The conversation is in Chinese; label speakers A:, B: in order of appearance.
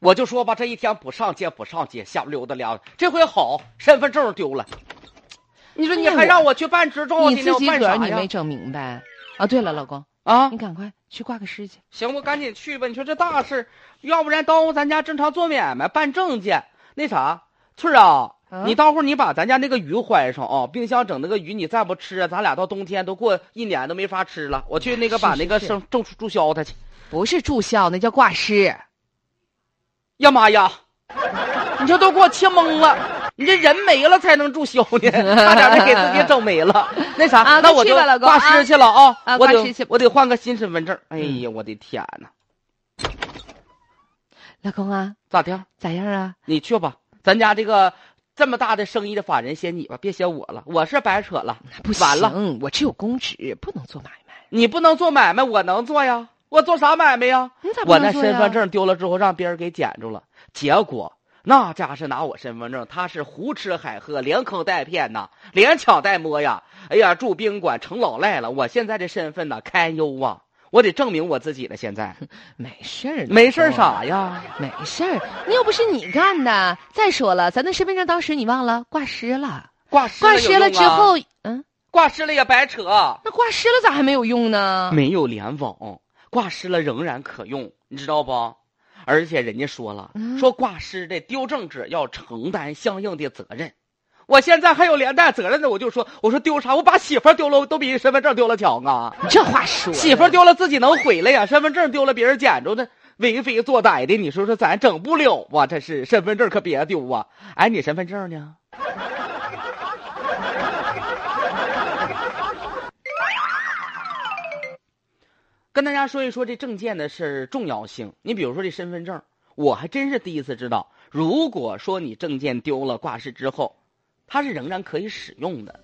A: 我就说吧，这一天不上街不上街，瞎溜达溜达。这回好，身份证丢了。你说你还让我去办执照
B: 哎
A: 去
B: 你
A: 呢，
B: 自
A: 我
B: 己
A: 办
B: 个
A: 啥
B: 儿你
A: 呀
B: 没？整明白啊？对了，老公，
A: 啊
B: 你，赶快去挂个失去。
A: 行，我赶紧去吧。你说这大事，要不然耽误咱家正常做买卖、办证件。那啥，翠儿啊，
B: 啊
A: 你到会儿你把咱家那个鱼怀上啊、冰箱整那个鱼，你再不吃啊，咱俩到冬天都过一年都没法吃了。我去那个
B: 是
A: 把
B: 是
A: 那个
B: 是
A: 生正注销它去。
B: 不是注销，那叫挂失。
A: 呀妈呀！你这都给我气懵了，你这人没了才能注销呢，差点没给自己整没 了。那啥，
B: 啊
A: 那
B: 快
A: 我
B: 去
A: 就
B: 吧老公
A: 挂失去了啊！
B: 啊
A: 我
B: 挂
A: 得
B: 失去嗯
A: 我得换个新身份证。哎呀，我的天哪！
B: 老公啊，
A: 咋的？
B: 咋样啊？
A: 你去吧，咱家这个这么大的生意的法人先你吧，别嫌我了，我是白扯了。
B: 不行，
A: 完了
B: 我只有公职，不能做买卖。
A: 你不能做买卖，我能做呀。我做啥买卖呀？
B: 你咋不
A: 我
B: 能
A: 那
B: 做
A: 身
B: 呀
A: 份证丢了之后，让别人给捡着了，结果那家是拿我身份证，他是胡吃海喝，连坑带骗呐，连抢带摸呀。哎呀，住宾馆成老赖了，我现在这身份呐，堪忧啊！我得证明我自己了，现 在
B: 没事儿，
A: 没事儿
B: 老公？
A: 啥呀？
B: 没事儿，那又不是你干的。再说了，咱那身份证当时你忘了挂失了，
A: 挂失
B: 挂
A: 有
B: 失了
A: 用
B: 之
A: 啊，
B: 后，嗯，
A: 挂失了也白扯。
B: 那挂失了咋还没有用呢？
A: 没有联网，挂失了仍然可用，你知道不？而且人家说了，
B: 嗯
A: 说挂失的丢证者要承担相应的责任。我现在还有连带责任呢，我就说，我说丢啥？我把媳妇儿丢了，都比身份证丢了强啊！
B: 你这话说的，
A: 媳妇儿丢了自己能回来呀、身份证丢了别人捡着的，为非作歹的，你说说咱整不了啊？这是身份证可别丢啊！哎，你身份证呢？ 跟大家说一说这证件的事儿重要性。你比如说这身份证，我还真是第一次知道，如果说你证件丢了挂失之后，它是仍然可以使用的。